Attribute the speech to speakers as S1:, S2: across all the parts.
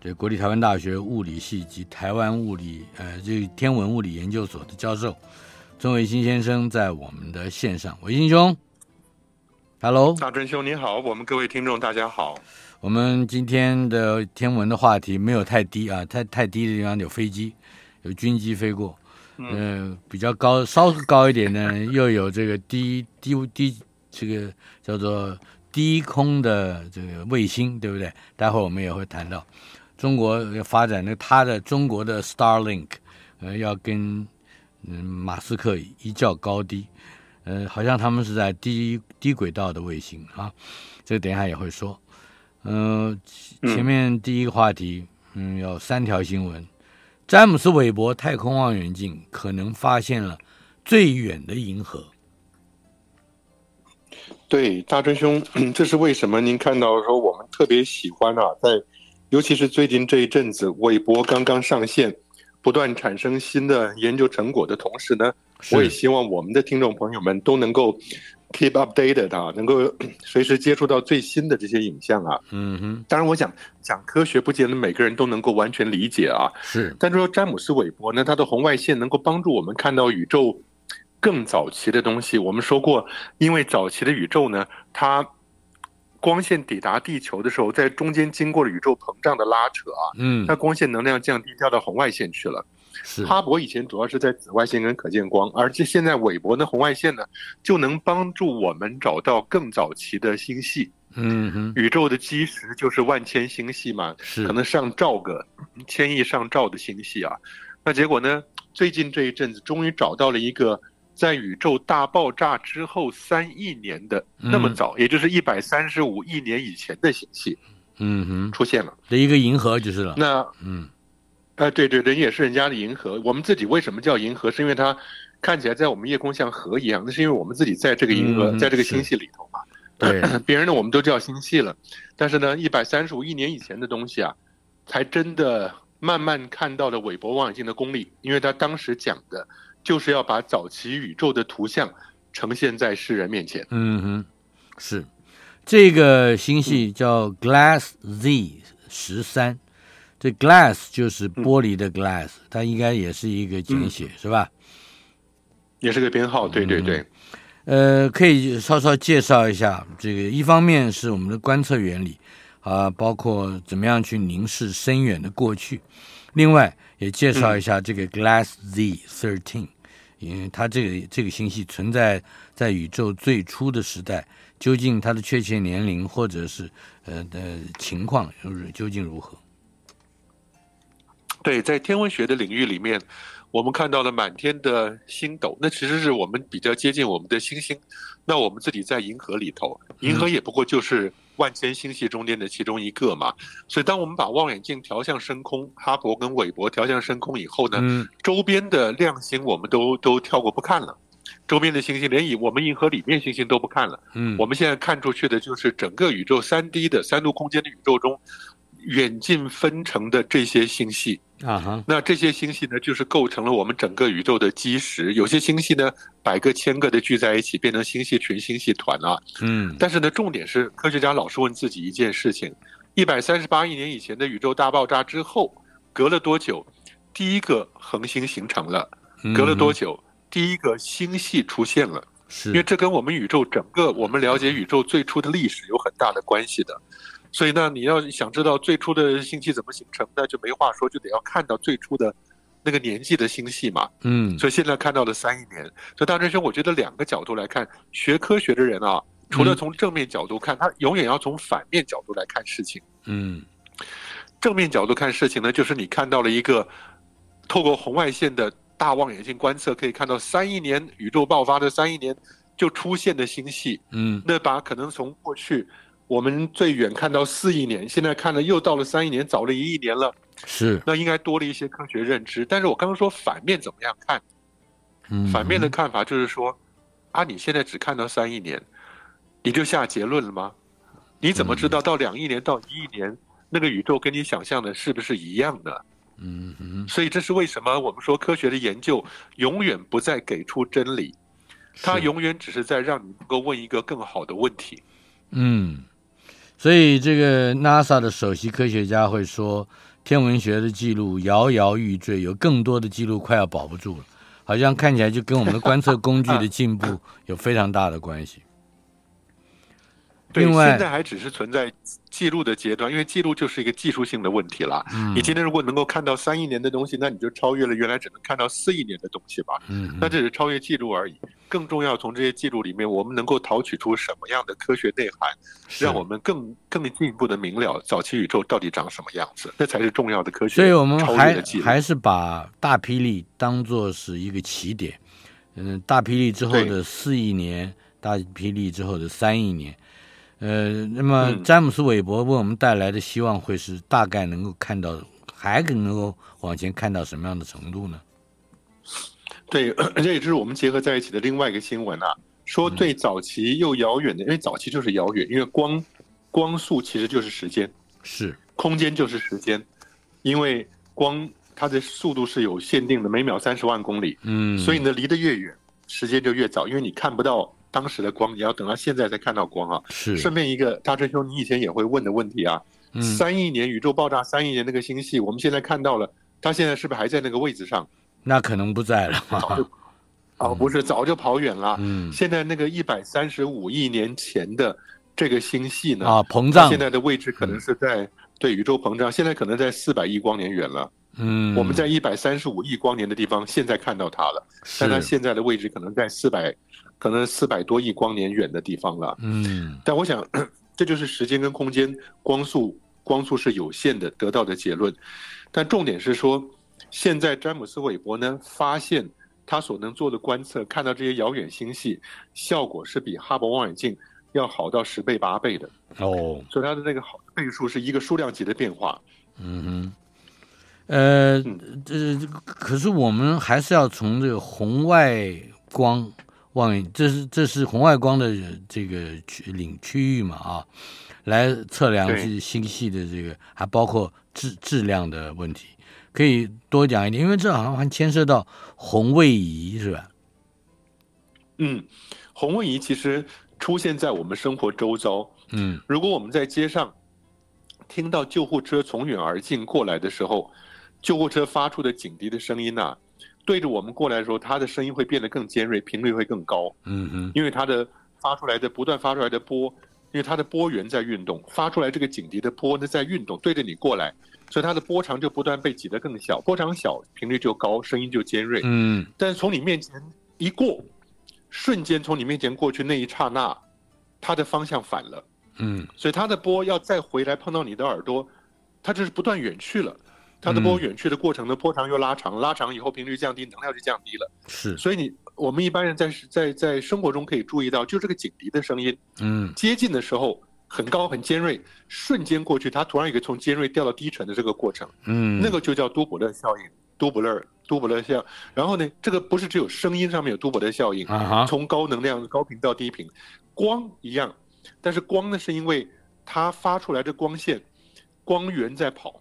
S1: 这国立台湾大学物理系及台湾物理呃这个天文物理研究所的教授孙维新先生在我们的线上，维新兄，Hello，
S2: 大真兄你好，我们各位听众大家好。
S1: 我们今天的天文的话题没有太低啊，太太低的地方有飞机，有军机飞过。嗯、呃，比较高，稍高一点呢，又有这个低低低这个叫做低空的这个卫星，对不对？待会儿我们也会谈到中国发展的它的中国的 Starlink，呃，要跟嗯马斯克一较高低，呃，好像他们是在低低轨道的卫星啊，这个等一下也会说。嗯、呃，前面第一个话题，嗯，有三条新闻。詹姆斯·韦伯太空望远镜可能发现了最远的银河。
S2: 对，大真兄， 这是为什么？您看到说我们特别喜欢啊，在尤其是最近这一阵子，韦伯刚刚上线，不断产生新的研究成果的同时呢，我也希望我们的听众朋友们都能够 keep updated 啊，能够随时接触到最新的这些影像啊。
S1: 嗯哼，
S2: 当然，我讲讲科学，不见得每个人都能够完全理解啊。
S1: 是，
S2: 但是说詹姆斯·韦伯呢，他的红外线能够帮助我们看到宇宙更早期的东西。我们说过，因为早期的宇宙呢，它光线抵达地球的时候，在中间经过了宇宙膨胀的拉扯啊，
S1: 嗯
S2: 那光线能量降低掉到红外线去了。
S1: 是，
S2: 哈勃以前主要是在紫外线跟可见光，而这现在韦伯的红外线呢，就能帮助我们找到更早期的星系。
S1: 嗯哼，
S2: 宇宙的基石就是万千星系嘛，
S1: 是
S2: 可能上兆个、千亿上兆的星系啊。那结果呢？最近这一阵子，终于找到了一个在宇宙大爆炸之后三亿年的那么
S1: 嗯
S2: 早，也就是一百三十五亿年以前的星系
S1: 嗯哼，
S2: 出现了。
S1: 的一个银河就是了。
S2: 那
S1: 嗯，
S2: 啊，对对对，也是人家的银河。我们自己为什么叫银河？是因为它看起来在我们夜空像河一样，那是因为我们自己在这个银河，
S1: 嗯
S2: 在这个
S1: 是
S2: 星系里头嘛。
S1: 对，
S2: 别人呢我们都叫星系了，但是呢，一百三十五亿年以前的东西啊，才真的慢慢看到了韦伯望远镜的功力，因为他当时讲的就是要把早期宇宙的图像呈现在世人面前。
S1: 嗯哼，是这个星系叫 Glass Z 十三，这 Glass 就是玻璃的 Glass，、它应该也是一个简写、是吧？
S2: 也是个编号，对对对，
S1: 呃，可以稍稍介绍一下这个。一方面是我们的观测原理啊、包括怎么样去凝视深远的过去。另外也介绍一下这个 Glass Z thirteen，、因为它这个这个星系存在在宇宙最初的时代，究竟它的确切年龄或者是呃呃情况就是究竟如何？
S2: 对，在天文学的领域里面，我们看到了满天的星斗，那其实是我们比较接近我们的星星。那我们自己在银河里头，银
S1: 嗯
S2: 河也不过就是万千星系中间的其中一个嘛。所以，当我们把望远镜调向深空，哈勃跟韦伯调向深空以后呢，
S1: 嗯
S2: 周边的亮星我们都都跳过不看了，周边的星星连以我们银河里面星星都不看了。
S1: 嗯
S2: 我们现在看出去的就是整个宇宙三 D 的三度空间的宇宙中，远近分成的这些星系。
S1: 啊哈
S2: 那这些星系呢，就是构成了我们整个宇宙的基石。有些星系呢，百个、千个的聚在一起，变成星系群、星系团啊。
S1: 嗯
S2: 但是呢，重点是科学家老是问自己一件事情：一百三十八亿年以前的宇宙大爆炸之后，隔了多久，第一个恒星形成了？
S1: 嗯
S3: 嗯
S2: 隔了多
S1: 久
S2: 久，第一个星系出现了？因为
S1: 是
S2: 这跟我们宇宙整个我们了解宇宙最初的历史有很大的关系的。所以呢，你要想知道最初的星系怎么形成，那就没话说，就得要看到最初的那个年纪的星系嘛。
S1: 嗯
S2: 所以现在看到了三亿年。所以大真兄，我觉得两个角度来看，学科学的人啊，
S1: 嗯
S2: 除了从正面角度看，他永远要从反面角度来看事情。
S1: 嗯
S2: 正面角度看事情呢，就是你看到了一个透过红外线的大望远镜观测，可以看到三亿年宇宙爆发的三亿年就出现的星系，
S1: 嗯
S2: 那把可能从过去我们最远看到四亿年，现在看了又到了三亿年，早了一亿年了，
S1: 是
S2: 那应该多了一些科学认知。但是我刚刚说反面怎么样看？
S1: 嗯
S2: 反面的看法就是说，啊，你现在只看到三亿年，你就下结论了吗？你怎么知
S1: 嗯
S2: 道到两亿年到一亿年那个宇宙跟你想象的是不是一样的？
S1: 嗯嗯
S2: 所以这是为什么我们说科学的研究永远不再给出真理，它
S1: 是
S2: 永远只是在让你能够问一个更好的问题。
S1: 嗯，所以这个 NASA 的首席科学家会说，天文学的记录摇摇欲坠，有更多的记录快要保不住了，好像看起来就跟我们的观测工具的进步有非常大的关系。
S2: 对，
S1: 另外
S2: 现在还只是存在记录的阶段，因为记录就是一个技术性的问题啦。
S1: 嗯
S2: 你今天如果能够看到三亿年的东西，那你就超越了原来只能看到四亿年的东西吧。
S1: 嗯
S2: 那这只是超越记录而已。更重要，从这些记录里面，我们能够淘取出什么样的科学内涵，
S1: 是
S2: 让我们更更进一步的明了早期宇宙到底长什么样子，那才是重要的科学。
S1: 所以我们
S2: 超越
S1: 还
S2: 的记录。
S1: 还是把大霹雳当做是一个起点。嗯，大霹雳之后的
S2: 对
S1: 四亿年，大霹雳之后的三亿年。呃，那么
S2: 嗯
S1: 詹姆斯·韦伯为我们带来的希望会是大概能够看到，还能够往前看到什么样的程度呢？
S2: 对， 这也就是我们结合在一起的另外一个新闻啊，
S1: 嗯
S2: 说对早期又遥远的，因为早期就是遥远，因为光光速其实就是时间，
S1: 是，
S2: 空间就是时间，因为光它的速度是有限定的，每秒三十万公里，
S1: 嗯，
S2: 所以呢，离得越远，时间就越早，因为你看不到当时的光，你要等到现在才看到光啊。
S1: 是
S2: 顺，便一个，大春兄，你以前也会问的问题啊，
S1: 嗯，
S2: 三亿年宇宙爆炸，三亿年那个星系，我们现在看到了，它现在是不是还在那个位置上？
S1: 那可能不在了。
S2: 早就，哦，不是，早就跑远了。
S1: 嗯，
S2: 现在那个一百三十五亿年前的这个星系 呢，
S1: 啊，膨
S2: 它
S1: 胀
S2: 现，在的位置可能是在、对宇宙膨胀，现在可能在四百亿光年远了。
S1: 嗯，
S2: 我们在一百三十五亿光年的地方，现在看到它了，但它
S1: 是，
S2: 现在的位置可能在四百，可能四百多亿光年远的地方了。
S1: 嗯，
S2: 但我想， 这就是时间跟空间光速光速是有限的得到的结论。但重点是说，现在詹姆斯韦伯呢发现他所能做的观测，看到这些遥远星系，效果是比哈勃望远镜要好到十倍八倍的，
S1: 哦，
S2: 所以它的那个好倍数是一个数量级的变化。
S1: 嗯哼，呃
S2: 嗯，
S1: 这这可是我们还是要从这个红外光望远，这是这是红外光的这个区领区域嘛啊，来测量
S2: 对
S1: 这星系的这个，还包括质质量的问题，可以多讲一点，因为这好像还牵涉到红位移是吧？
S2: 嗯，红位移其实出现在我们生活周遭。
S1: 嗯
S2: 如果我们在街上听到救护车从远而近过来的时候，救护车发出的警笛的声音呐、对着我们过来的时候，它的声音会变得更尖锐，频率会更高，
S1: 嗯哼，
S2: 因为它的发出来的不断发出来的波，因为它的波源在运动，发出来这个警笛的波呢在运动，对着你过来，所以它的波长就不断被挤得更小，波长小，频率就高，声音就尖锐。
S1: 嗯
S2: 但是从你面前一过，瞬间从你面前过去那一刹那，它的方向反了。
S1: 嗯
S2: 所以它的波要再回来碰到你的耳朵，它就是不断远去了。它的
S1: 嗯
S2: 波远去的过程呢，波长又拉长，拉长以后频率降低，能量就降低了。
S1: 是，
S2: 所以你我们一般人在在在生活中可以注意到，就这个警笛的声音，
S1: 嗯
S2: 接近的时候很高很尖锐，瞬间过去，它突然有一个从尖锐掉到低沉的这个过程，
S1: 嗯，
S2: 那个就叫都伯勒效应。都伯勒，都伯勒效。然后呢，这个不是只有声音上面有都伯勒效应，
S1: 啊哈，
S2: 从高能量高频到低频，光一样，但是光呢是因为它发出来的光线，光源在跑，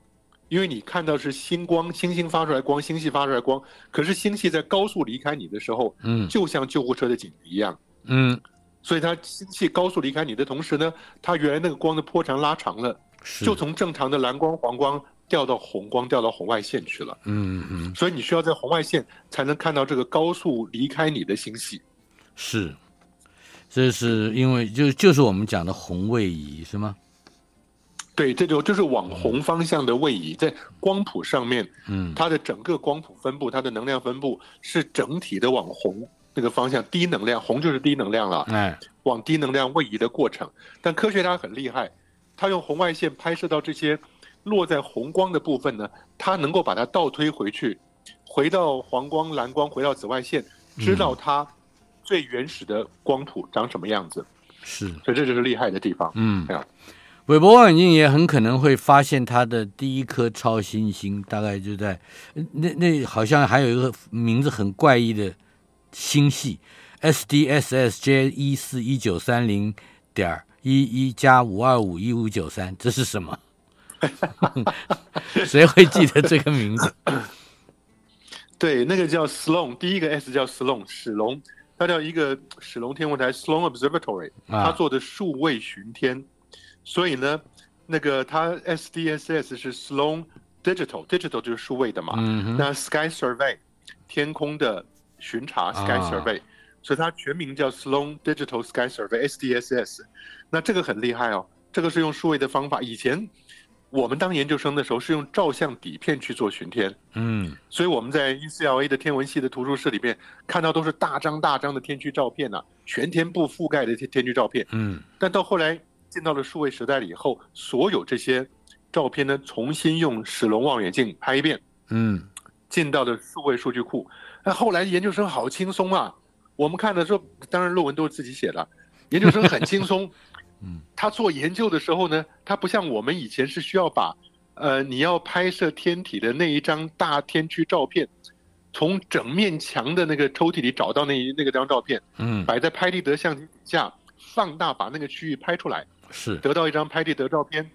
S2: 因为你看到是星光，星星发出来光，星系发出来光，可是星系在高速离开你的时候，
S1: 嗯
S2: 就像救护车的警笛一样，
S1: 嗯
S2: 所以它星系高速离开你的同时呢，它原来那个光的波长拉长了，
S1: 是，
S2: 就从正常的蓝光、黄光掉到红光，掉到红外线去了，
S1: 嗯嗯
S2: 所以你需要在红外线才能看到这个高速离开你的星系。
S1: 是，这是因为就就是我们讲的红位移是吗？
S2: 对，这就就是往红方向的位移，在光谱上面，
S1: 嗯
S2: 它的整个光谱分布，它的能量分布是整体的往红那个方向，低能量，红就是低能量了，
S1: 哎，
S2: 往低能量位移的过程。但科学家很厉害，他用红外线拍摄到这些落在红光的部分呢，他能够把它倒推回去，回到黄光、蓝光，回到紫外线，知道它最原始的光谱长什么样子。
S1: 是，
S2: 所以这就是厉害的地方。
S1: 嗯
S2: 这样，
S1: 韦伯望远镜也很可能会发现它的第一颗超新星，大概就在那那好像还有一个名字很怪异的星系 SDSSJ 一四一九三零点一一加五二五一五九三，这是什么？ 谁会记得这个名字？
S2: 对，那个叫 Sloan，第一个 S 叫 Sloan，史龙，它叫一个史龙天文台 Sloan Observatory，
S1: 啊
S2: 它做的数位巡天，所以呢，那个它 SDSS 是 Sloan Digital，Digital 就是数位的嘛，
S1: 嗯哼，
S2: 那 Sky Survey 天空的巡查 Sky
S1: 啊
S2: Survey，、所以它全名叫 Sloan Digital Sky Survey SDSS。那这个很厉害哦，这个是用数位的方法。以前我们当研究生的时候是用照相底片去做巡天，
S1: 嗯，
S2: 所以我们在 UCLA 的天文系的图书室里面看到都是大张大张的天区照片呐、啊全天不覆盖的天天区照片。
S1: 嗯，
S2: 但到后来进到了数位时代了以后，所有这些照片呢，重新用史龙望远镜拍一遍。
S1: 嗯，
S2: 进到的数位数据库。那后来研究生好轻松啊，我们看的时候，当然论文都是自己写的，研究生很轻松。
S1: 嗯，
S2: 他做研究的时候呢，他不像我们以前是需要把，呃，你要拍摄天体的那一张大天区照片，从整面墙的那个抽屉里找到那一那个张照片，
S1: 嗯，
S2: 摆在拍立得相机底下，放大把那个区域拍出来。
S1: 是，
S2: 得到一张拍立得照片，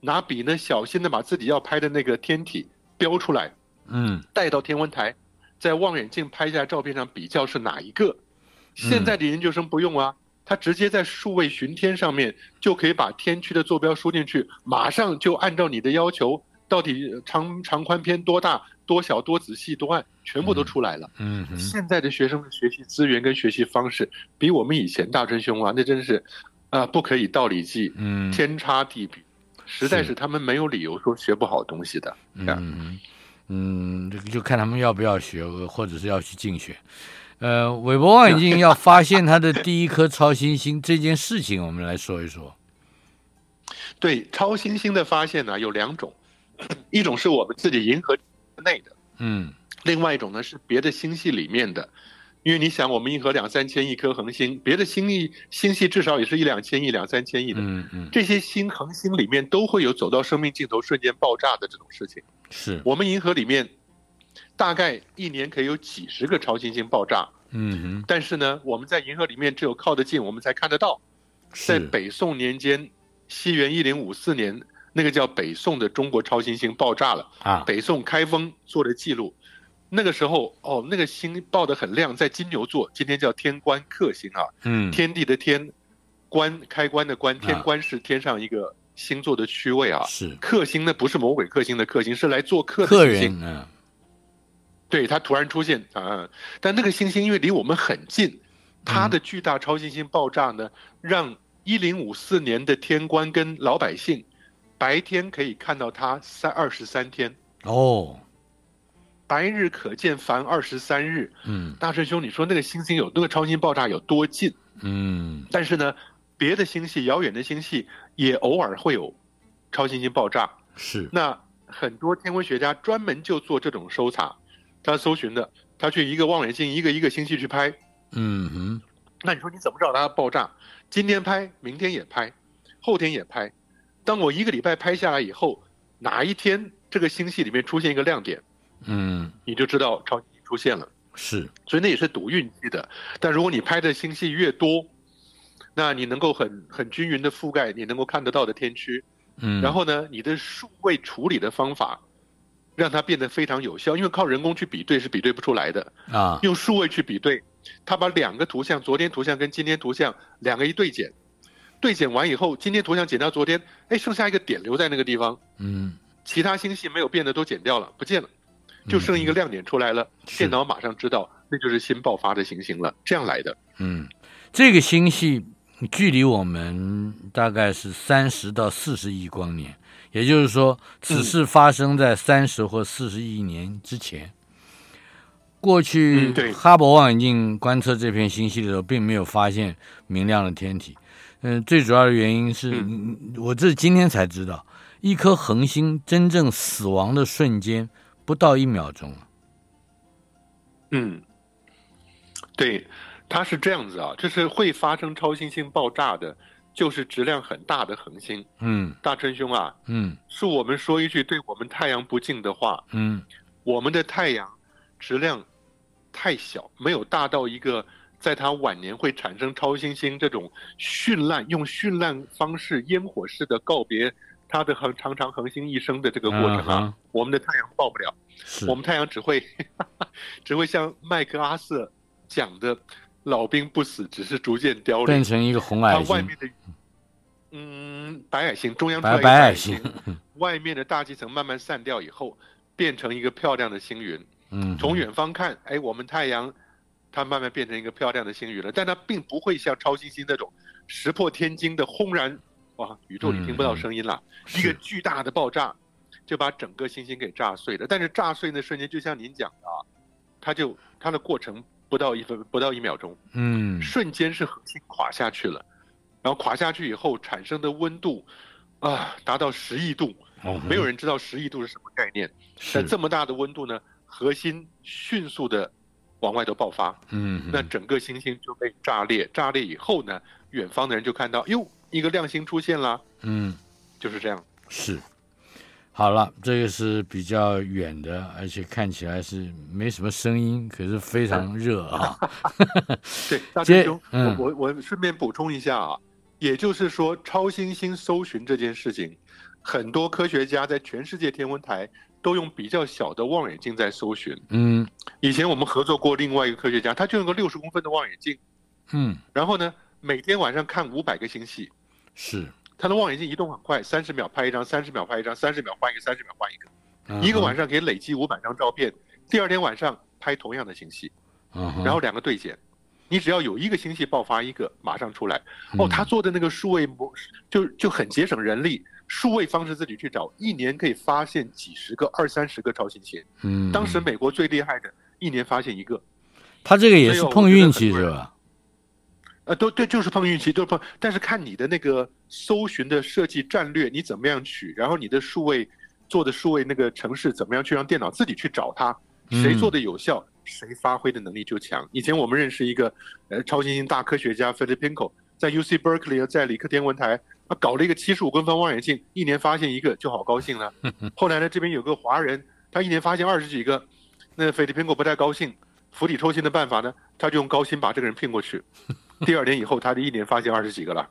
S2: 拿笔呢小心的把自己要拍的那个天体标出来，
S1: 嗯，
S2: 带到天文台，在望远镜拍下照片上比较是哪一个。
S1: 嗯
S2: 现在的研究生不用啊，他直接在数位巡天上面就可以把天区的坐标输进去，马上就按照你的要求，到底呃长长宽偏多大、多小、多仔细、多暗，全部都出来了。
S1: 嗯哼，
S2: 现在的学生的学习资源跟学习方式，比我们以前大真兄啊，那真是啊、不可以道理计，
S1: 嗯，
S2: 天差地别。实在
S1: 是
S2: 是他们没有理由说学不好东西的，
S1: 嗯嗯，这个就看他们要不要学，呃或者是要去竞选。呃，韦伯望远镜要发现它的第一颗超新星这件事情，我们来说一说。
S2: 对超新星的发现呢、有两种， 一种是我们自己银河内的，
S1: 嗯
S2: 另外一种呢是别的星系里面的。因为你想，我们银河两三千亿颗恒星，别的星系星系至少也是一两千亿、两三千亿的。
S1: 嗯嗯，
S2: 这些星恒星里面都会有走到生命尽头、瞬间爆炸的这种事情。
S1: 是，
S2: 我们银河里面大概一年可以有几十个超新星爆炸，
S1: 嗯
S2: 但是呢，我们在银河里面只有靠得近，我们才看得到。
S1: 哼，
S2: 在
S1: 是，
S2: 北宋年间，西元一零五四年，那个叫北宋的中国超新星爆炸了，
S1: 啊，
S2: 北宋开封做的记录。那个时候，哦，那个星爆得很亮，在金牛座，今天叫天官克星啊，
S1: 嗯
S2: 天地的天，官开关的关，天
S1: 啊
S2: 官是天上一个星座的区位啊。
S1: 是，
S2: 克星呢，不是魔鬼克星的克星，是来做客
S1: 客
S2: 的
S1: 人
S2: 星星。
S1: 嗯
S2: 对，它突然出现啊，但那个星星因为离我们很近，它的巨大超新星爆炸呢，让一零五四年的天官跟老百姓白天可以看到它三二十三天，
S1: 哦，
S2: 白日可见凡二十三日。
S1: 嗯
S2: 大师兄，你说那个星星有那个超新星爆炸有多近？
S1: 嗯
S2: 但是呢，别的星系、遥远的星系也偶尔会有超新星爆炸。
S1: 是，
S2: 那很多天文学家专门就做这种搜查，他搜寻的，他去一个望远镜一个一个星系去拍。
S1: 嗯哼，
S2: 那你说你怎么知道它爆炸？今天拍，明天也拍，后天也拍。当我一个礼拜拍下来以后，哪一天这个星系里面出现一个亮点，
S1: 嗯
S2: 你就知道超新星出现了。
S1: 是，
S2: 所以那也是赌运气的。但如果你拍的星系越多，那你能够很很均匀的覆盖你能够看得到的天区。
S1: 嗯，
S2: 然后呢，你的数位处理的方法，让它变得非常有效，因为靠人工去比对是比对不出来的。
S1: 啊，
S2: 用数位去比对，他把两个图像，昨天图像跟今天图像两个一对减，对减完以后，今天图像减掉昨天，哎，剩下一个点留在那个地方，
S1: 嗯
S2: 其他星系没有变的都减掉了，不见了，就剩一个亮点出来了，
S1: 是
S2: 电脑马上知道那就是新爆发的行星了，这样来的。
S1: 嗯，这个星系距离我们大概是三十到四十亿光年，也就是说，此事发生在三十或四十亿年之前。过去
S2: 嗯对
S1: 哈勃望远镜观测这片星系的时候，并没有发现明亮的天体。嗯，最主要的原因是，
S2: 嗯
S1: 我这今天才知道，一颗恒星真正死亡的瞬间不到一秒钟。
S2: 嗯，对，它是这样子啊，就是会发生超新星爆炸的，就是质量很大的恒星。
S1: 嗯
S2: 大真兄啊，
S1: 嗯
S2: 恕我们说一句对我们太阳不敬的话，
S1: 嗯，
S2: 我们的太阳质量太小，没有大到一个在它晚年会产生超新星这种绚烂，用绚烂方式烟火式的告别它的恒常常恒星一生的这个过程啊。
S1: 啊哈
S2: 我们的太阳报不了，
S1: 是
S2: 我们太阳只会只会像麦克阿瑟讲的，老兵不死，只是逐渐凋零
S1: 变。成一个红
S2: 它
S1: 矮
S2: 外
S1: 星
S2: 面，的，嗯，白矮星中央出来
S1: 白
S2: 一个
S1: 白矮
S2: 矮
S1: 星，
S2: 外面的大气层慢慢散掉以后，变成一个漂亮的星云。
S1: 嗯，
S2: 从远方看，哎，我们太阳，它慢慢变成一个漂亮的星云了，但它并不会像超新星那种石破天惊的轰然，哇，宇宙里听不到声音了，一个
S1: 嗯是
S2: 巨大的爆炸就把整个星星给炸碎了。但是炸碎那瞬间，就像您讲的啊，它就它的过程不到一分不到一秒钟，
S1: 嗯
S2: 瞬间是恒星垮下去了，然后垮下去以后产生的温度啊达到十亿度，
S1: 哦
S2: 没有人知道十亿度是什么概念。
S1: 是
S2: 但这么大的温度呢，核心迅速的往外头爆发，
S1: 嗯
S2: 那整个行星就被炸裂。炸裂以后呢，远方的人就看到，哟，一个亮星出现啦，
S1: 嗯
S2: 就是这样。
S1: 是。好了，这个是比较远的，而且看起来是没什么声音，可是非常
S2: 嗯
S1: 热啊。
S2: 对，大
S1: 接
S2: 师兄，
S1: 嗯
S2: 我我我顺便补充一下啊，也就是说，超新星搜寻这件事情，很多科学家在全世界天文台都用比较小的望远镜在搜寻。
S1: 嗯
S2: 以前我们合作过另外一个科学家，他就用个六十公分的望远镜，
S1: 嗯，
S2: 然后呢，每天晚上看五百个星系。
S1: 是
S2: 他的望远镜移动很快，三十秒拍一张，三十秒拍一张，三十秒换一个，三十秒换一个，
S1: 嗯
S2: 一个晚上可以累积五百张照片。第二天晚上拍同样的星系，
S1: 上
S2: 然后两个对检，你只要有一个星系爆发一个，马上出来。哦，
S1: 嗯
S2: 他做的那个数位模就就很节省人力，数位方式自己去找，一年可以发现几十个、二三十个超新星。
S1: 嗯，
S2: 当时美国最厉害的，一年发现一个。
S1: 他这个也是碰运气
S2: 所以
S1: 是
S2: 我觉
S1: 吧？
S2: 呃，都对，就是碰运气，就是碰，但是看你的那个搜寻的设计战略，你怎么样取，然后你的数位做的数位那个城市怎么样去让电脑自己去找它，谁做的有效，谁发挥的能力就强。以前我们认识一个呃超新星大科学家 Philip Pinko，在 UC Berkeley 在理科天文台，他搞了一个七十五公分望远镜，一年发现一个就好高兴了。后来呢，这边有个华人，他一年发现二十几个，那 Philip Pinko 不太高兴，釜底抽薪的办法呢，他就用高薪把这个人聘过去。第二年以后，他就一年发现二十几个了，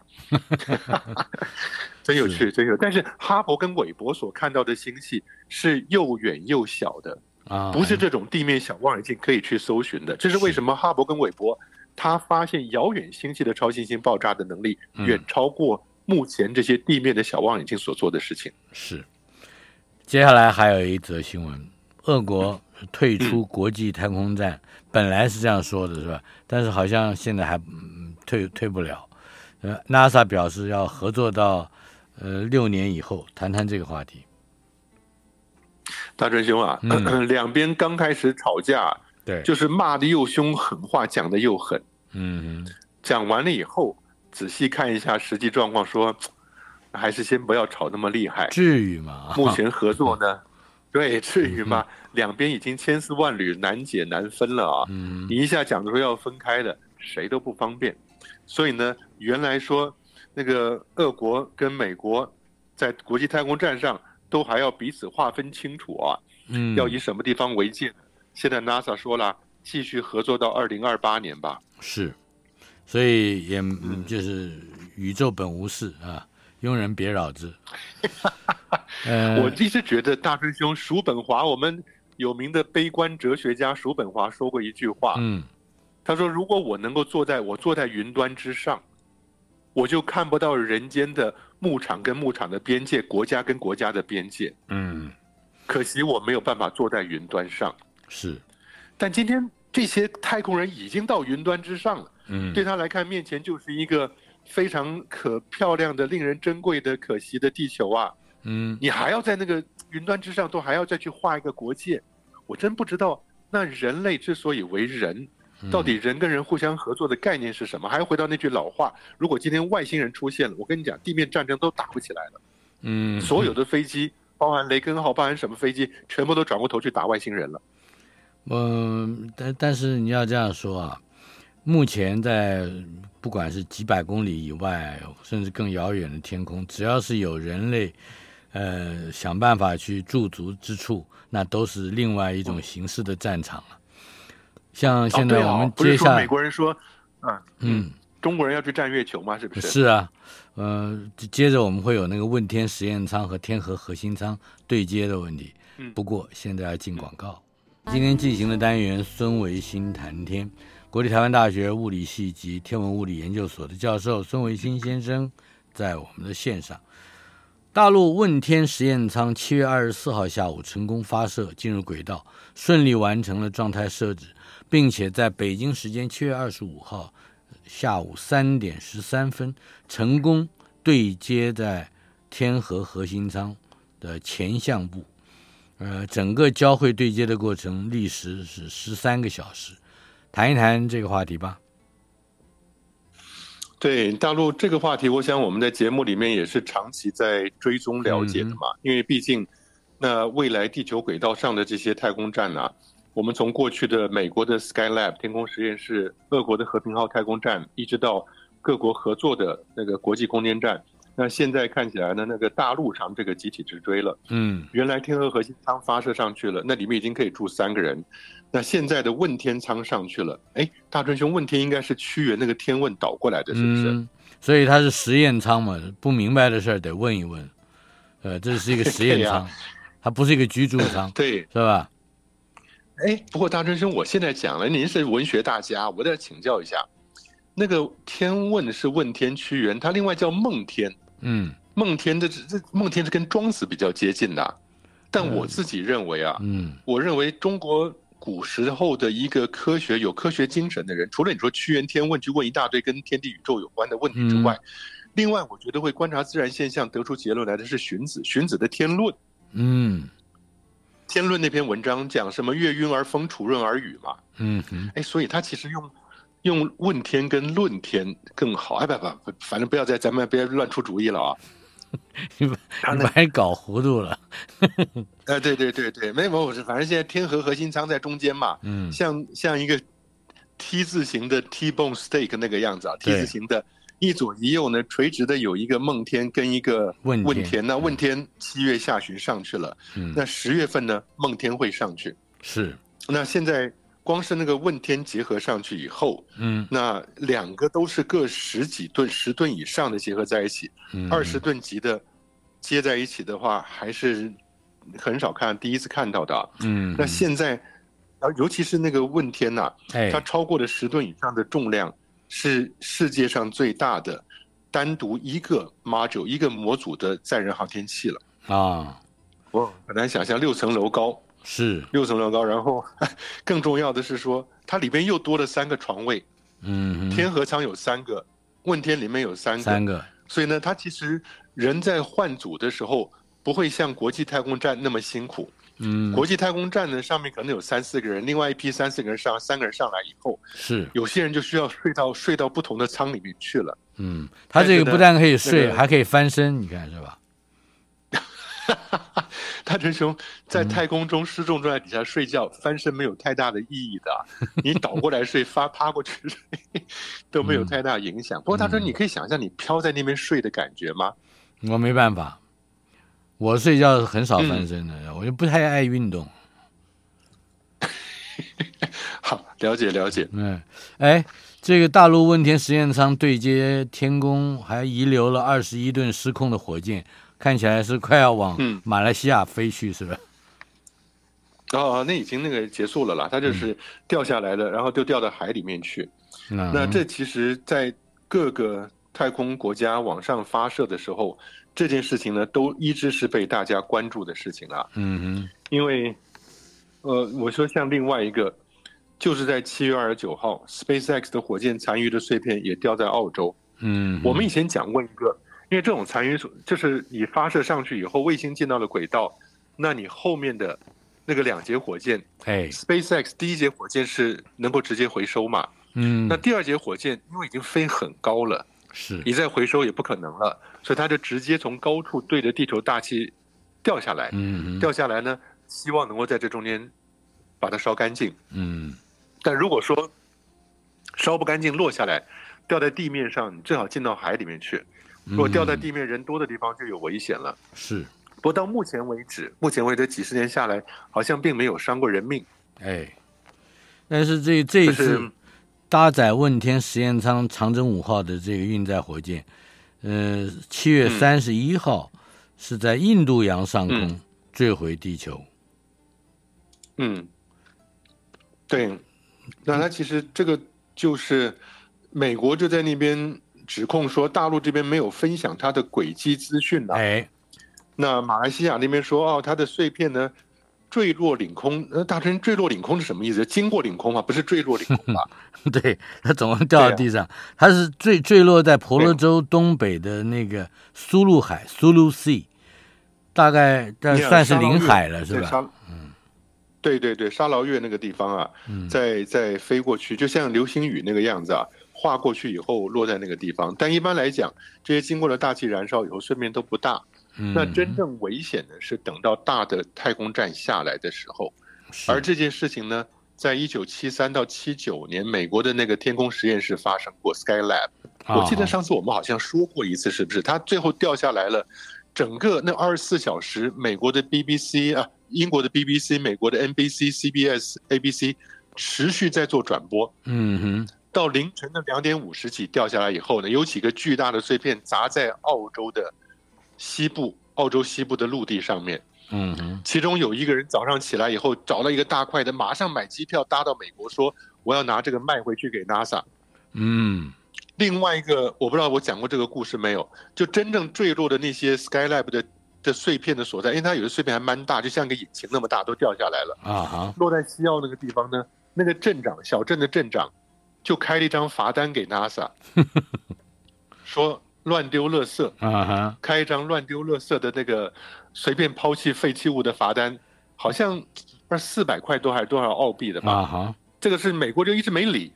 S2: 真有趣，真有趣。但是哈勃跟韦伯所看到的星系是又远又小的，
S1: 啊，
S2: 不是这种地面小望远镜可以去搜寻的。这是为什么哈勃跟韦伯他发现遥远星系的超新星爆炸的能力
S1: 嗯
S2: 远超过目前这些地面的小望远镜所做的事情。
S1: 是。接下来还有一则新闻，俄国退出国际太空站，本来是这样说的是吧？但是好像现在还、嗯、退退不了。呃，NASA 表示要合作到呃六年以后，谈谈这个话题。
S2: 大春兄啊，
S1: 嗯
S2: 两边刚开始吵架，
S1: 对
S2: 就是骂的又凶，狠话讲的又狠。
S1: 嗯哼
S2: 讲完了以后，仔细看一下实际状况，说还是先不要吵那么厉害。
S1: 至于吗？
S2: 目前合作 呢，
S1: 嗯
S2: 对，至于吗？两边已经千丝万缕，难解难分了啊。
S1: 嗯
S2: 你一下讲的说要分开的，谁都不方便。所以呢，原来说那个俄国跟美国在国际太空站上都还要彼此划分清楚啊，
S1: 嗯，
S2: 要以什么地方为界。现在 NASA 说了，继续合作到二零二八年吧。
S1: 是，所以也嗯就是宇宙本无事啊，庸人别扰 之。呃，
S2: 我一直觉得大春兄叔本华，我们有名的悲观哲学家叔本华说过一句话，
S1: 嗯
S2: 他说：“如果我能够坐在我坐在云端之上，我就看不到人间的牧场跟牧场的边界，国家跟国家的边界。
S1: 嗯
S2: 可惜我没有办法坐在云端上。
S1: 是
S2: 但今天这些太空人已经到云端之上了，
S1: 嗯
S2: 对他来看，面前就是一个非常可漂亮的、令人珍贵的、可惜的地球啊！
S1: 嗯
S2: 你还要在那个云端之上，都还要再去画一个国界，我真不知道。”那人类之所以为人，
S1: 嗯
S2: 到底人跟人互相合作的概念是什么？还要回到那句老话：如果今天外星人出现了，我跟你讲，地面战争都打不起来了。
S1: 嗯
S2: 所有的飞机，包含雷根号，包含什么飞机，全部都转过头去打外星人了。
S1: 嗯，但但是你要这样说啊，目前在不管是几百公里以外，甚至更遥远的天空，只要是有人类，呃，想办法去驻足之处，那都是另外一种形式的战场了。像现在我们
S2: 哦啊不是
S1: 接
S2: 说
S1: 下来
S2: 美国人说，嗯
S1: 嗯，
S2: 中国人要去占月球嘛，是不是？
S1: 是啊，呃，接着我们会有那个问天实验舱和天河核心舱对接的问题。
S2: 嗯
S1: 不过现在要进广告。今天进行的单元孙维新谈天，国立台湾大学物理系及天文物理研究所的教授孙维新先生在我们的线上。大陆问天实验舱七月二十四号下午成功发射进入轨道，顺利完成了状态设置，并且在北京时间七月二十五号下午三点十三分成功对接在天河核心舱的前向部。呃，整个交会对接的过程历时是十三个小时。谈一谈这个话题吧。
S2: 对大陆这个话题，我想我们在节目里面也是长期在追踪了解的嘛，因为毕竟，那未来地球轨道上的这些太空站啊，我们从过去的美国的 Skylab 天空实验室、俄国的和平号太空站，一直到各国合作的那个国际空间站，那现在看起来呢，那个大陆上这个集体直追了。
S1: 嗯
S2: 原来天河核心舱发射上去了，那里面已经可以住三个人。那现在的问天舱上去了，哎，大春兄，问天应该是屈原那个天问倒过来的，是不是？
S1: 嗯，所以它是实验舱嘛，不明白的事儿得问一问。呃，这是一个实验
S2: 对
S1: 舱，
S2: 呀，
S1: 它不是一个居住舱
S2: 对，
S1: 是吧？
S2: 哎，不过大春兄，我现在讲了，您是文学大家，我再请教一下，那个天问是问天屈原，他另外叫梦天，
S1: 嗯
S2: 梦天的这这梦天是跟庄子比较接近的啊，但我自己认为啊，
S1: 嗯
S2: 我认为中国古时候的一个科学有科学精神的人，除了你说屈原天问去问一大堆跟天地宇宙有关的问题之外，另外我觉得会观察自然现象得出结论来的是荀子。荀子的《天论》，《
S1: 嗯
S2: 天论》那篇文章讲什么“月晕而风，楚润而雨”嘛，
S1: 嗯哼
S2: 哎，所以他其实用。用问天跟论天更好，哎，不不，不反正不要再咱们别乱出主意了啊！
S1: 你把 你把人搞糊涂了。
S2: 呃，对对对对，没有，我是反正现在天河核心舱在中间嘛，
S1: 嗯
S2: 像像一个 T 字形的 T bone steak 那个样子啊，T
S1: 对
S2: 字形的，一左一右呢，垂直的有一个梦天跟一个
S1: 问天
S2: 问天。那问天七月下旬上去了，
S1: 嗯，
S2: 那十月份呢，梦天会上去。
S1: 是
S2: 那现在光是那个问天结合上去以后，
S1: 嗯
S2: 那两个都是各十几吨、十吨以上的结合在一起，
S1: 嗯
S2: 二十吨级的接在一起的话，还是很少看，第一次看到的啊。
S1: 嗯
S2: 那现在，然后尤其是那个问天呐、
S1: 哎
S2: 它超过了十吨以上的重量，是世界上最大的单独一个 module 一个模组的载人航天器了。
S1: 啊
S2: 我很难想象六层楼高，
S1: 是
S2: 六层楼高，然后 更重要的是说，它里边又多了三个床位，
S1: 嗯哼
S2: 天河舱有三个，问天里面有三个，
S1: 三个
S2: 所以呢，它其实人在换组的时候不会像国际太空站那么辛苦。
S1: 嗯
S2: 国际太空站呢，上面可能有三四个人，另外一批三四个人上，三个人上来以后，
S1: 是
S2: 有些人就需要睡到睡到不同的舱里面去了。
S1: 嗯，它
S2: 但是
S1: 这个
S2: 呢
S1: 不但可以
S2: 那
S1: 睡，
S2: 个
S1: 还可以翻身，你看是吧？
S2: 大真兄在
S1: 嗯
S2: 太空中失重状态底下睡觉，翻身没有太大的意义的啊， 你倒过来睡、发趴过去睡都没有
S1: 嗯
S2: 太大影响。不过大真，你可以想象你飘在那边睡的感觉吗？
S1: 我没办法，我睡觉很少翻
S2: 嗯
S1: 身的，我就不太爱运动。
S2: 好，了解了解。
S1: 嗯，哎，这个大陆问天实验舱对接天宫，还遗留了二十一吨失控的火箭，看起来是快要往
S2: 嗯
S1: 马来西亚飞去，是吧？
S2: 哦，那已经那个结束了啦，它就是掉下来了，然后就掉到海里面去。
S1: 嗯
S2: 那这其实，在各个太空国家往上发射的时候，这件事情呢，都一直是被大家关注的事情啊。
S1: 嗯
S2: 因为，呃，我说像另外一个，就是在七月二十九号，SpaceX 的火箭残余的碎片也掉在澳洲。
S1: 哼嗯哼，
S2: 我们以前讲过一个，因为这种残余所就是你发射上去以后，卫星进到了轨道，那你后面的那个两节火箭
S1: 哎
S2: ，SpaceX 第一节火箭是能够直接回收嘛？
S1: 嗯
S2: 那第二节火箭因为已经飞很高了，
S1: 是
S2: 你再回收也不可能了，所以它就直接从高处对着地球大气掉下来。
S1: 嗯哼
S2: 掉下来呢，希望能够在这中间把它烧干净。
S1: 嗯
S2: 但如果说烧不干净落下来，掉在地面上，你最好进到海里面去。如果
S1: 嗯
S2: 掉在地面人多的地方就有危险了。
S1: 是
S2: 不过到目前为止，目前为止几十年下来，好像并没有伤过人命。
S1: 哎，但是这这一
S2: 就是
S1: 次搭载问天实验舱长征五号的这个运载火箭，呃，七月三十一号是在印度洋上空
S2: 嗯
S1: 坠回地球。
S2: 嗯，对，那他其实这个就是美国就在那边指控说大陆这边没有分享它的轨迹资讯呐、
S1: 哎，
S2: 那马来西亚那边说哦，它的碎片呢坠落领空，那大臣坠落领空是什么意思？经过领空啊嘛，不是坠落领空吧？
S1: 对，它总共掉到地
S2: 啊
S1: 上，它是坠坠落在婆罗洲东北的那个苏禄海 （Sulu Sea），大概这
S2: 你想
S1: 算是
S2: 沙捞
S1: 领
S2: 越
S1: 海了，是
S2: 在
S1: 吧？嗯
S2: 沙对对对，沙劳越那个地方啊，在在飞过去，就像流星雨那个样子啊，划过去以后落在那个地方。但一般来讲，这些经过了大气燃烧以后，顺便都不大。
S1: 嗯，
S2: 那真正危险的是等到大的太空站下来的时候，
S1: 是
S2: 而这件事情呢，在一九七三到七九年，美国的那个天空实验室发生过 Skylab。我记得
S1: 啊
S2: 上次我们好像说过一次，是不是？它最后掉下来了，整个那二十四小时，美国的 BBC 啊，英国的 BBC、美国的 NBC、CBS、ABC 持续在做转播，
S1: 嗯哼，
S2: 到凌晨的两点五十几掉下来以后呢，有几个巨大的碎片砸在澳洲的西部，澳洲西部的陆地上面。
S1: 嗯哼，
S2: 其中有一个人早上起来以后找了一个大块的，马上买机票搭到美国，说我要拿这个卖回去给 NASA。
S1: 嗯。
S2: 另外一个我不知道我讲过这个故事没有，就真正坠落的那些 Skylab 的的碎片的所在，因为它有的碎片还蛮大，就像个引擎那么大，都掉下来了。
S1: 啊哈，
S2: 落在西澳那个地方呢，那个镇长小镇的镇长就开了一张罚单给 NASA，说乱丢垃圾，
S1: 啊哈，
S2: 开一张乱丢垃圾的那个随便抛弃废弃物的罚单，好像二四百块多还是多少澳币的吧？
S1: 啊哈，
S2: 这个是美国就一直没理。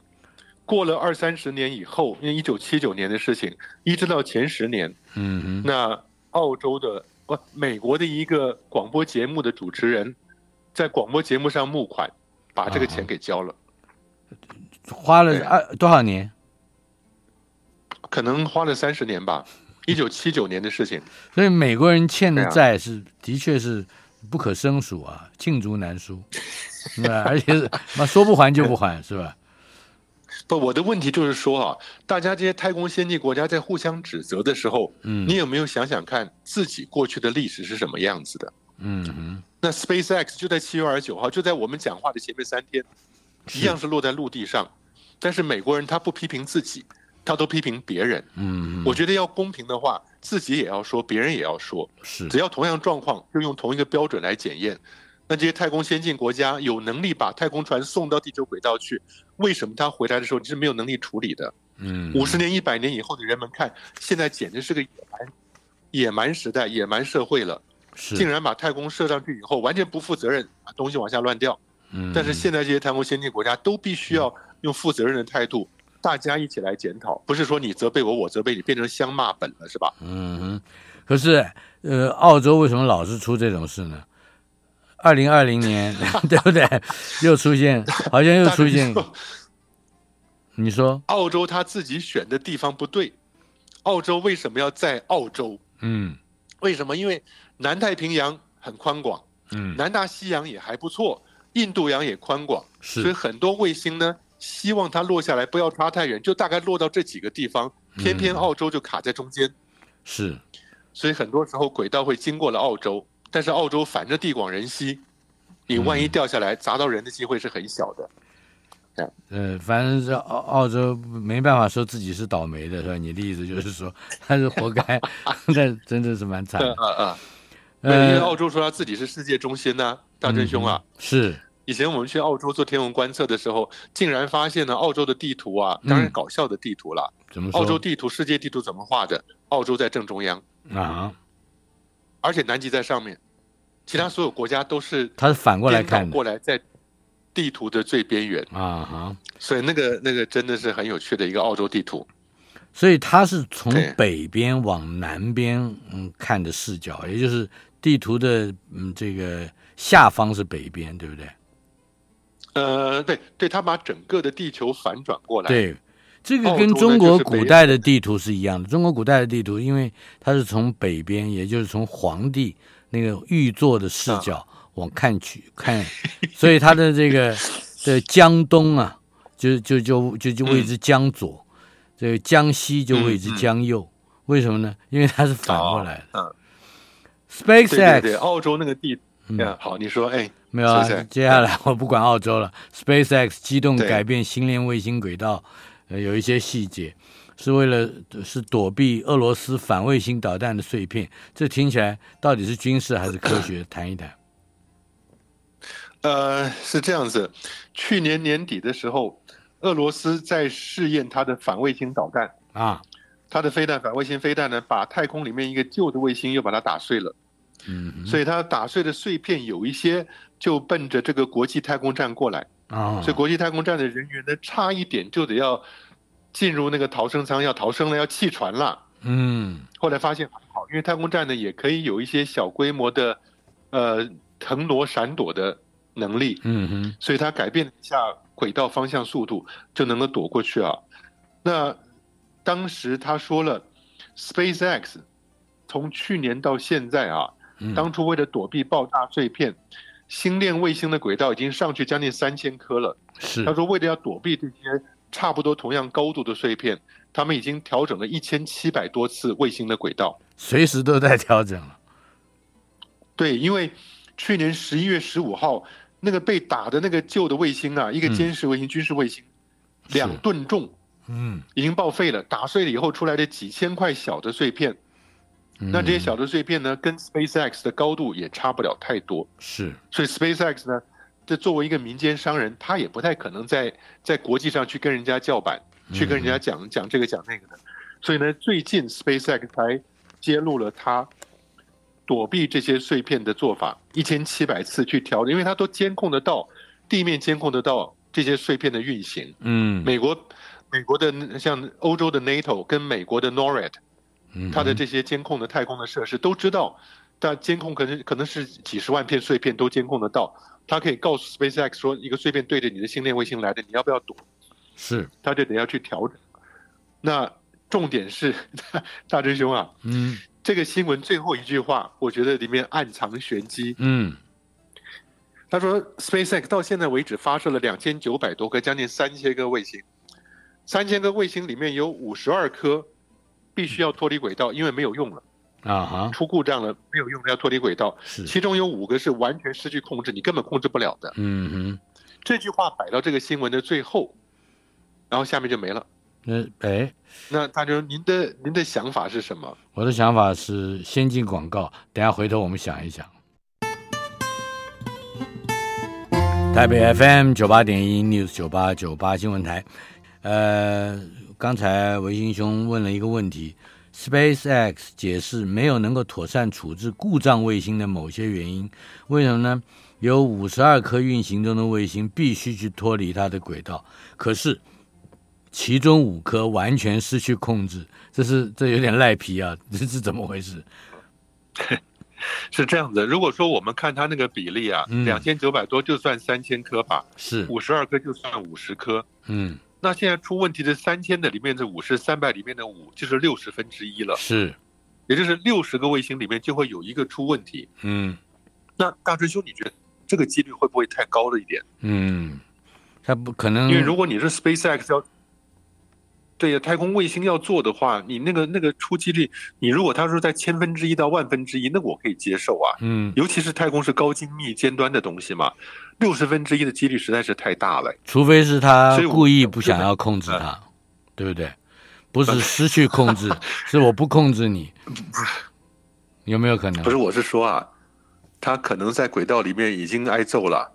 S2: 过了二三十年以后，因为一九七九年的事情，一直到前十年，
S1: 嗯哼，
S2: 那澳洲的不、美国的一个广播节目的主持人，在广播节目上募款，把这个钱给交了，
S1: 花了
S2: 对啊
S1: 二多少年？
S2: 可能花了三十年吧，一九七九年的事情。
S1: 所以美国人欠的
S2: 对啊
S1: 债是、的确是不可胜数啊，罄竹难书， 是吧？而且是妈说不还就不还，是吧？
S2: 不，我的问题就是说啊，大家这些太空先进国家在互相指责的时候，
S1: 嗯
S2: 你有没有想想看自己过去的历史是什么样子的？
S1: 嗯哼，
S2: 那 SpaceX 就在七月二十九号，就在我们讲话的前面三天，一样是落在陆地上，但是美国人他不批评自己，他都批评别人。
S1: 嗯
S2: 我
S1: 哼，
S2: 觉得要公平的话，自己也要说，别人也要说，
S1: 是
S2: 只要同样状况，就用同一个标准来检验。那这些太空先进国家有能力把太空船送到地球轨道去，为什么他回来的时候你是没有能力处理的？
S1: 嗯
S2: 五十年、一百年以后的人们看，现在简直是个野蛮、野蛮时代、野蛮社会了，竟
S1: 是，
S2: 然把太空射上去以后，完全不负责任，把东西往下乱掉。
S1: 嗯
S2: 但是现在这些太空先进国家都必须要用负责任的态度，大家一起来检讨，不是说你责备我，我责备你，变成相骂本了，是吧？
S1: 嗯哼，可是呃，澳洲为什么老是出这种事呢？二零二零 年， 对不对？又出现，好像又
S2: 但
S1: 出
S2: 是
S1: 现。你说，
S2: 澳洲他自己选的地方不对，澳洲为什么要在澳洲？
S1: 嗯
S2: 为什么？因为南太平洋很宽广，
S1: 嗯，
S2: 南大西洋也还不错，印度洋也宽广，所以
S1: 是，
S2: 很多卫星呢，希望它落下来不要差太远，就大概落到这几个地方，偏
S1: 嗯
S2: 偏澳洲就卡在中间。
S1: 是，
S2: 所以很多时候轨道会经过了澳洲，但是澳洲反正地广人稀，你万
S1: 嗯
S2: 一掉下来砸到人的机会是很小的。
S1: 呃，反正这澳澳洲没办法说自己是倒霉的，是吧？你的意思就是说他是活 该，但真的是蛮惨
S2: 嗯
S1: 的。
S2: 嗯嗯，对，因为
S1: 呃，
S2: 澳洲说它自己是世界中心呐、大真兄
S1: 嗯
S2: 啊。
S1: 是，
S2: 以前我们去澳洲做天文观测的时候，竟然发现呢，澳洲的地图啊，当然
S1: 嗯
S2: 搞笑的地图啦。
S1: 怎么说？
S2: 澳洲地图、世界地图怎么画的？澳洲在正中央，
S1: 啊，
S2: 而且南极在上面，其他所有国家都是
S1: 他是反过来
S2: 颠倒
S1: 看的
S2: 过来在地图的最边缘，
S1: 啊哈，
S2: 所以那个那个真的是很有趣的一个澳洲地图。
S1: 所以他是从
S2: 对
S1: 北边往南边嗯看的视角，也就是地图的嗯这个下方是北边，对不对？
S2: 呃，对对，他把整个的地球反转过来。，啊
S1: 对，这个
S2: 澳
S1: 跟
S2: 洲
S1: 中
S2: 呢
S1: 国
S2: 就是北
S1: 古代的地图是一样的。中国古代的地图，因为它是从北边，也就是从皇帝
S2: 啊
S1: 那个御座的视角往看去看，所以它的这个这江东啊，就就就就就
S2: 嗯
S1: 谓之江左，这个江西就谓之江右。为什么呢？因为它是反过来的。
S2: 嗯，对对对，
S1: SpaceX
S2: 澳洲那个地，嗯，好，你说，哎，
S1: 没有啊
S2: 是不是？
S1: 接下来我不管澳洲了。SpaceX 机动
S2: 对
S1: 改变星链卫星轨道，呃，有一些细节是为了是躲避俄罗斯反卫星导弹的碎片。这听起来到底是军事还是科学？谈一谈。
S2: 呃，是这样子，去年年底的时候，俄罗斯在试验它的反卫星导弹。
S1: 啊，
S2: 它的飞弹反卫星飞弹呢，把太空里面一个旧的卫星又把它打碎了，
S1: 嗯
S2: 所以它打碎的碎片有一些就奔着这个国际太空站过来，
S1: 啊，
S2: 所以国际太空站的人员呢，差一点就得要进入那个逃生舱，要逃生了，要弃船了。
S1: 嗯
S2: 后来发现还好，因为太空站呢也可以有一些小规模的，呃，腾挪闪躲的能力，
S1: 嗯哼，
S2: 所以它改变了一下轨道方向速度，就能够躲过去啊。那当时他说了，SpaceX 从去年到现在啊，
S1: 嗯
S2: 当初为了躲避爆炸碎片，星链卫星的轨道已经上去将近三千颗了。
S1: 是
S2: 他说，为了要躲避这些差不多同样高度的碎片，他们已经调整了一千七百多次卫星的轨道。
S1: 随时都在调整了。
S2: 对，因为去年十一月十五号，那个被打的那个旧的卫星啊，一个
S1: 嗯
S2: 监视卫星、军事卫星，
S1: 是
S2: 两吨重，
S1: 嗯
S2: 已经报废了。打碎了以后出来的几千块小的碎片，
S1: 嗯
S2: 那这些小的碎片呢，跟 SpaceX 的高度也差不了太多。
S1: 是
S2: 所以 SpaceX 呢，这作为一个民间商人，他也不太可能在在国际上去跟人家叫板，去跟人家讲讲这个讲那个的。所以呢，最近 SpaceX 才揭露了他躲避这些碎片的做法，一千七百次去调整，因为他都监控得到，地面监控得到这些碎片的运行。
S1: 嗯
S2: 美国。美国的像欧洲的 NATO 跟美国的 NORAD，
S1: 嗯
S2: 它的这些监控的太空的设施都知道，但监控可能可能是几十万片碎片都监控得到，它可以告诉 SpaceX 说一个碎片对着你的星链卫星来的，你要不要躲？
S1: 是
S2: 它就得要去调整。那重点是， 大真兄啊，
S1: 嗯
S2: 这个新闻最后一句话，我觉得里面暗藏玄机。
S1: 嗯
S2: 他说，SpaceX 到现在为止发射了两千九百多颗，将近三千个卫星。三千个卫星里面有五十二颗必须要脱离轨道，因为没有用了，
S1: 啊哈
S2: 出故障了，没有用了，要脱离轨道。
S1: 是
S2: 其中有五个是完全失去控制，你根本控制不了的。
S1: 嗯哼，
S2: 这句话摆到这个新闻的最后，然后下面就没了。
S1: 那哎，
S2: 那大家您的您的想法是什么？
S1: 我的想法是先进广告，等一下回头我们想一想。台北 FM 九八点一 News 九八九八新闻台，呃，刚才维新兄问了一个问题，SpaceX 解释没有能够妥善处置故障卫星的某些原因，为什么呢？有五十二颗运行中的卫星必须去脱离它的轨道，可是其中五颗完全失去控制，这是这有点赖皮啊， 这是怎么回事？
S2: 是这样子，如果说我们看它那个比例啊，
S1: 嗯
S2: 两千九百多就算三千颗吧，
S1: 是，
S2: 五十二颗就算五十颗。
S1: 嗯，
S2: 那现在出问题的三千的里面的五是三百里面的五，就是六十分之一了，
S1: 是，
S2: 也就是六十个卫星里面就会有一个出问题。
S1: 嗯
S2: 那大春兄，你觉得这个几率会不会太高了一点？
S1: 嗯，他不可能，
S2: 因为如果你是 SpaceX 要对太空卫星要做的话，你那个那个出击率，你如果他说在千分之一到万分之一，那我可以接受啊。
S1: 嗯，
S2: 尤其是太空是高精密尖端的东西嘛，六十分之一的几率实在是太大了。
S1: 除非是他
S2: 所以我呃
S1: 故意不想要控制它，对不对？不是失去控 制，是我不控制你，有没有可能
S2: 不？是，我是说啊，他可能在轨道里面已经挨揍了，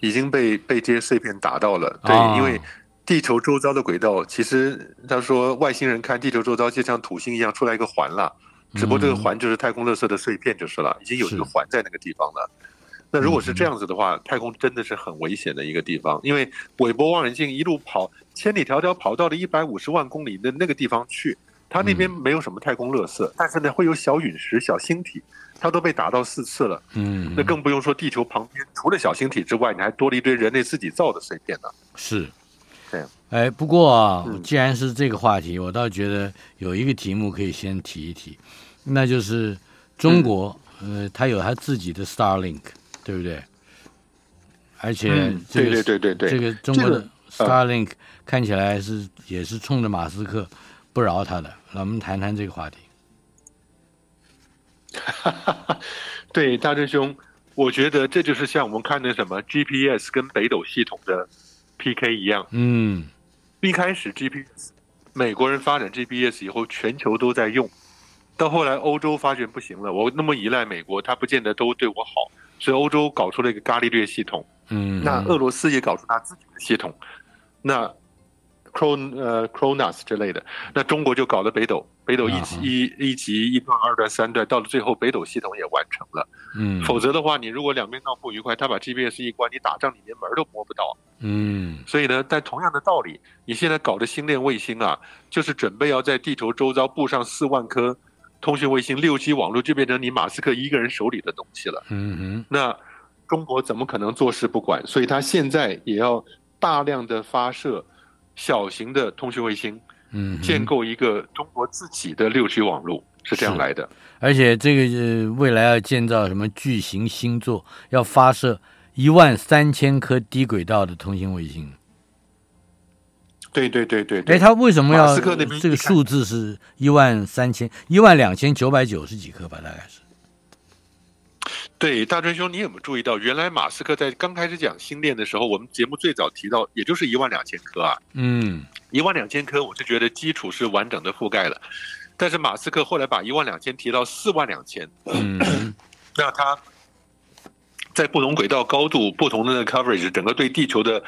S2: 已经被被这些碎片打到了。对，
S1: 啊
S2: 因为地球周遭的轨道，其实他说外星人看地球周遭就像土星一样出来一个环了，只不过这个环就是太空垃圾的碎片就是了，已经有一个
S1: 嗯是嗯
S2: 环在那个地方了。那如果是这样子的话，太空真的是很危险的一个地方，因为韦伯望远镜一路跑千里迢迢跑到了一百五十万公里的那个地方去，它那
S1: 嗯
S2: 边没有什么太空垃圾，但是呢会有小陨石、小星体，它都被打到四次了。
S1: 嗯，
S2: 那更不用说地球旁边除了小星体之外，你还多了一堆人类自己造的碎片呢。
S1: 是，
S2: 对
S1: 哎，不过啊，
S2: 嗯
S1: 既然是这个话题，我倒觉得有一个题目可以先提一提，那就是
S2: 嗯
S1: 中国，呃，它有它自己的 Starlink，对不对？而且
S2: 嗯
S1: 这个、
S2: 对对对对对
S1: 这个中国
S2: 这
S1: 的
S2: 个呃
S1: Starlink 看起来是也是冲着马斯克不饶他的。咱们谈谈这个话题。
S2: 对，大志兄，我觉得这就是像我们看的什么 GPS 跟北斗系统的 PK 一样，
S1: 嗯
S2: 一开始 GPS，美国人发展 GPS 以后，全球都在用，到后来欧洲发觉不行了，我那么依赖美国，他不见得都对我好，所以欧洲搞出了一个伽利略系统，
S1: 嗯，
S2: 那俄罗斯也搞出他自己的系统，那 Cron 呃 Cronus 之类的，那中国就搞了北斗，北斗一级、
S1: 啊哈
S2: 一一级一段二段三段，到了最后北斗系统也完成了，
S1: 嗯
S2: 否则的话，你如果两边闹不愉快，他把 GPS 一关，你打仗你连门儿都摸不到。
S1: 嗯
S2: 所以呢，但同样的道理，你现在搞的星链卫星啊，就是准备要在地球周遭布上四万颗通讯卫星，六 G 网络就变成你马斯克一个人手里的东西了。
S1: 嗯哼
S2: 那中国怎么可能坐视不管？所以他现在也要大量的发射小型的通讯卫星，
S1: 嗯哼，
S2: 建构一个中国自己的六 G 网络，是这样
S1: 是
S2: 来的。
S1: 而且这个、呃、未来要建造什么巨型星座，要发射一万三千颗低轨道的通信卫星。
S2: 对对对对
S1: 哎，
S2: 对，
S1: 他为什么
S2: 马
S1: 要
S2: 斯克那边
S1: 这个数字是一万三千一万两千九百九十几颗吧？大概是。
S2: 对大春兄，你有没有注意到，原来马斯克在刚开始讲星链的时候，我们节目最早提到，也就是一万两千颗啊。
S1: 嗯
S2: 一万两千颗，我是觉得基础是完整的覆盖了。但是马斯克后来把一万两千提到四万两千，
S1: 嗯 哼
S2: 那他在不同轨道高度、不同的 coverage，整个对地球的，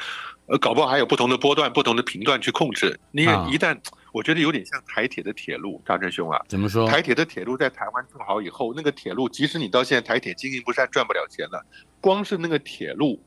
S2: 呃，搞不好还有不同的波段、不同的频段去控制。因为
S1: 啊
S2: 一旦，我觉得有点像台铁的铁路，大正兄啊，
S1: 怎么说？
S2: 台铁的铁路在台湾做好以后，那个铁路即使你到现在台铁经营不善，赚不了钱了，光是那个铁路，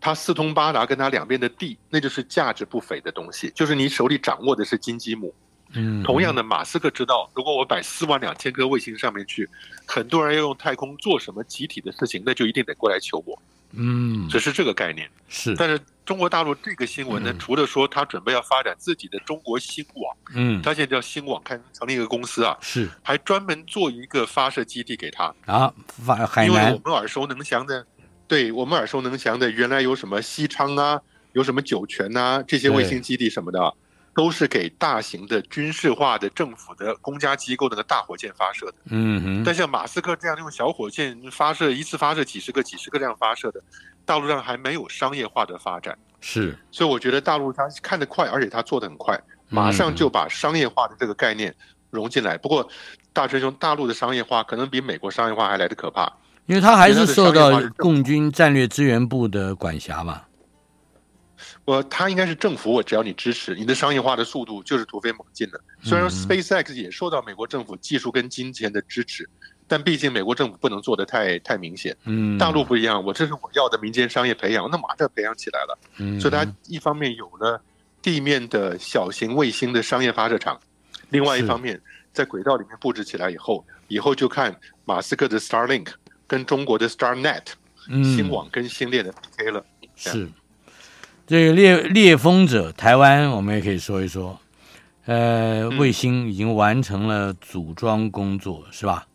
S2: 它四通八达跟它两边的地，那就是价值不菲的东西。就是你手里掌握的是金鸡母。
S1: 嗯，
S2: 同样的，马斯克知道，如果我摆四万两千颗卫星上面去，很多人要用太空做什么集体的事情，那就一定得过来求我，
S1: 嗯
S2: 只是这个概念。
S1: 是
S2: 但是中国大陆这个新闻呢，除了说他准备要发展自己的中国星网，
S1: 嗯
S2: 他现在叫星网，开成立一个公司啊，
S1: 是
S2: 还专门做一个发射基地给他，
S1: 啊，法海
S2: 因为
S1: 南
S2: 我们耳熟能详的，对我们耳熟能详的，原来有什么西昌啊，有什么酒泉呐、这些卫星基地什么的啊，都是给大型的军事化的政府的公家机构那个大火箭发射的。
S1: 嗯哼
S2: 但像马斯克这样用小火箭发射，一次发射几十个、几十个这样发射的，大陆上还没有商业化的发展。
S1: 是
S2: 所以我觉得大陆它看得快，而且它做得很快，
S1: 嗯
S2: 马上就把商业化的这个概念融进来。不过，大师兄，大陆的商业化可能比美国商业化还来得可怕。
S1: 因为他还是受
S2: 原
S1: 到
S2: 来的商业化是政府
S1: 共军战略支援部的管辖嘛。
S2: 我它应该是政府，我只要你支持，你的商业化的速度就是突飞猛进的。虽然
S1: 嗯
S2: SpaceX 也受到美国政府技术跟金钱的支持，但毕竟美国政府不能做得太太明显。
S1: 嗯，
S2: 大陆不一样，我这是我要的民间商业培养，那马上培养起来了。
S1: 嗯，
S2: 所以它一方面有了地面的小型卫星的商业发射场，另外一
S1: 是
S2: 方面在轨道里面布置起来以后，以后就看马斯克的 Starlink 跟中国的 StarNet 星
S1: 嗯
S2: 网跟星链的 PK 了。
S1: 是，这个猎猎风者台湾，我们也可以说一说。呃，
S2: 嗯
S1: 卫星已经完成了组装工作，是吧？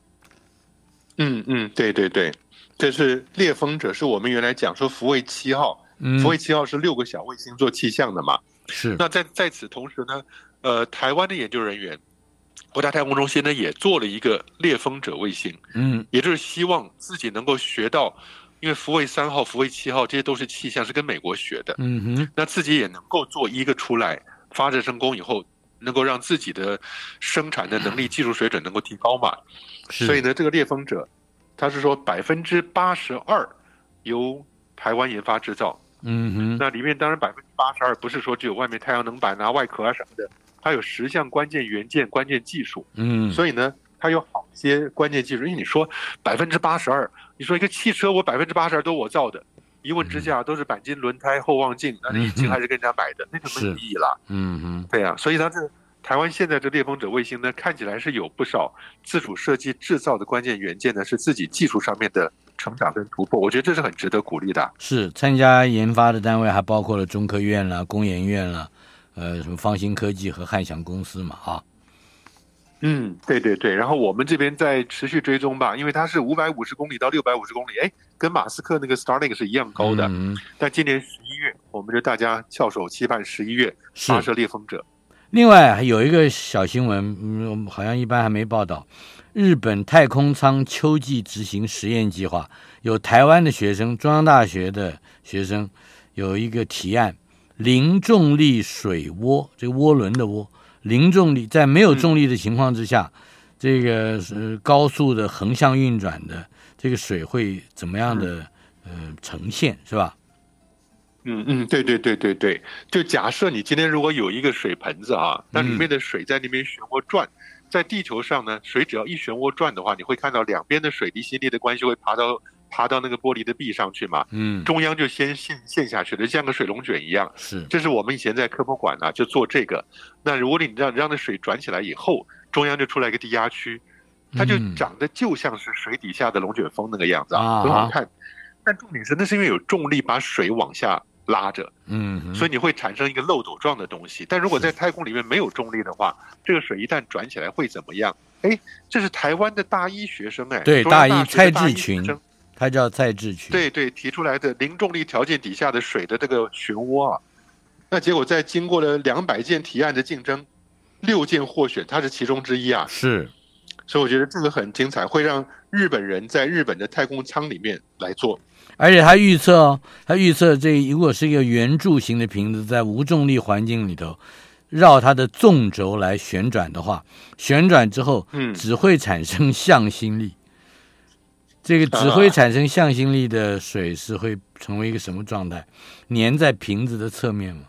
S2: 嗯嗯，对对对，这是猎风者，是我们原来讲说福卫七号，
S1: 嗯
S2: 福，卫七号是六个小卫星做气象的嘛。
S1: 是，
S2: 那在在此同时呢，呃，台湾的研究人员，国家太空中心呢也做了一个猎风者卫星，
S1: 嗯
S2: 也就是希望自己能够学到，因为福卫三号、福卫七号这些都是气象，是跟美国学的，
S1: 嗯哼，
S2: 那自己也能够做一个出来，发射成功以后，能够让自己的生产的能力、技术水准能够提高嘛。
S1: 是，
S2: 所以呢，这个猎风者，他是说百分之八十二由台湾研发制造，
S1: 嗯哼，
S2: 那里面当然百分之八十二不是说只有外面太阳能板啊、外壳啊什么的，它有十项关键元件、关键技术，
S1: 嗯，
S2: 所以呢，它有好些关键技术。因为你说百分之八十二，你说一个汽车我百分之八十二都我造的，一问之下都是钣金、轮胎、后望镜，那
S1: 嗯
S2: 引擎还是跟人家买的，那就没有
S1: 是
S2: 意义了。
S1: 嗯哼，
S2: 对呀、所以它这台湾现在这猎风者卫星呢，看起来是有不少自主设计制造的关键元件呢，是自己技术上面的成长跟突破，我觉得这是很值得鼓励的。
S1: 是参加研发的单位还包括了中科院啦、工研院啦，呃，什么方兴科技和汉翔公司嘛，啊，
S2: 嗯，对对对，然后我们这边在持续追踪吧，因为它是五百五十公里到六百五十公里，哎，跟马斯克那个 Starlink 是一样高的。
S1: 嗯，
S2: 但今年十一月，我们就大家翘首期盼十一月
S1: 是
S2: 发射猎风者。
S1: 另外还有一个小新闻，嗯，我们好像一般还没报道。日本太空舱秋季执行实验计划，有台湾的学生，中央大学的学生有一个提案：零重力水涡，这个涡轮的涡，零重力，在没有重力的情况之下，这个是高速的横向运转的这个水会怎么样的呃呈现，是吧？
S2: 嗯嗯，对对对对对，就假设你今天如果有一个水盆子啊，那里面的水在那边漩涡转，在地球上呢，水只要一漩涡转的话，你会看到两边的水离心力的关系会爬到爬到那个玻璃的壁上去嘛，
S1: 嗯，
S2: 中央就先陷陷下去了，像个水龙卷一样。
S1: 是，
S2: 这是我们以前在科博馆啊，就做这个。那如果你让让那水转起来以后，中央就出来一个低压区，它就
S1: 嗯
S2: 长得就像是水底下的龙卷风那个样子
S1: 啊
S2: 啊，很好看。但重点是，那是因为有重力把水往下拉着，
S1: 嗯哼，
S2: 所以你会产生一个漏斗状的东西。但如果
S1: 是
S2: 在太空里面没有重力的话，这个水一旦转起来会怎么样？哎，这是台湾的大一学生哎，
S1: 对
S2: 中央
S1: 大一
S2: 学的
S1: 蔡
S2: 大
S1: 志
S2: 一学
S1: 群
S2: 生
S1: 他叫蔡志群，
S2: 对对，提出来的零重力条件底下的水的这个漩涡啊，那结果在经过了两百件提案的竞争，六件获选，它是其中之一啊，
S1: 是，
S2: 所以我觉得这个很精彩，会让日本人在日本的太空舱里面来做。
S1: 而且他预测哦，他预测这如果是一个圆柱形的瓶子，在无重力环境里头，绕它的纵轴来旋转的话，旋转之后，
S2: 嗯
S1: 只会产生向心力。这个只会产生向心力的水是会成为一个什么状态？粘在瓶子的侧面嘛？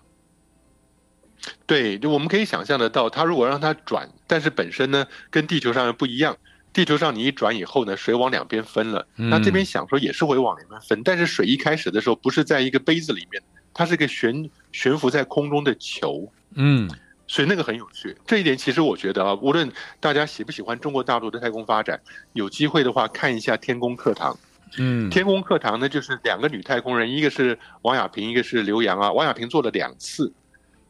S2: 对，就我们可以想象得到，它如果让它转，但是本身呢跟地球上又不一样。地球上你一转以后呢，水往两边分了。
S1: 嗯
S2: 那这边想说也是会往两边分，但是水一开始的时候不是在一个杯子里面，它是一个悬悬浮在空中的球。
S1: 嗯，
S2: 所以那个很有趣。这一点其实我觉得啊，无论大家喜不喜欢中国大陆的太空发展，有机会的话看一下天宫课堂。
S1: 嗯，
S2: 天宫课堂呢，就是两个女太空人，一个是王亚平，一个是刘洋啊。王亚平做了两次，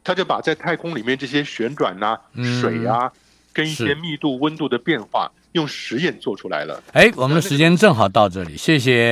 S2: 她就把在太空里面这些旋转呐、
S1: 嗯
S2: 水啊，跟一
S1: 是
S2: 些密度、温度的变化，用实验做出来了。
S1: 哎，我们的时间正好到这里，谢谢。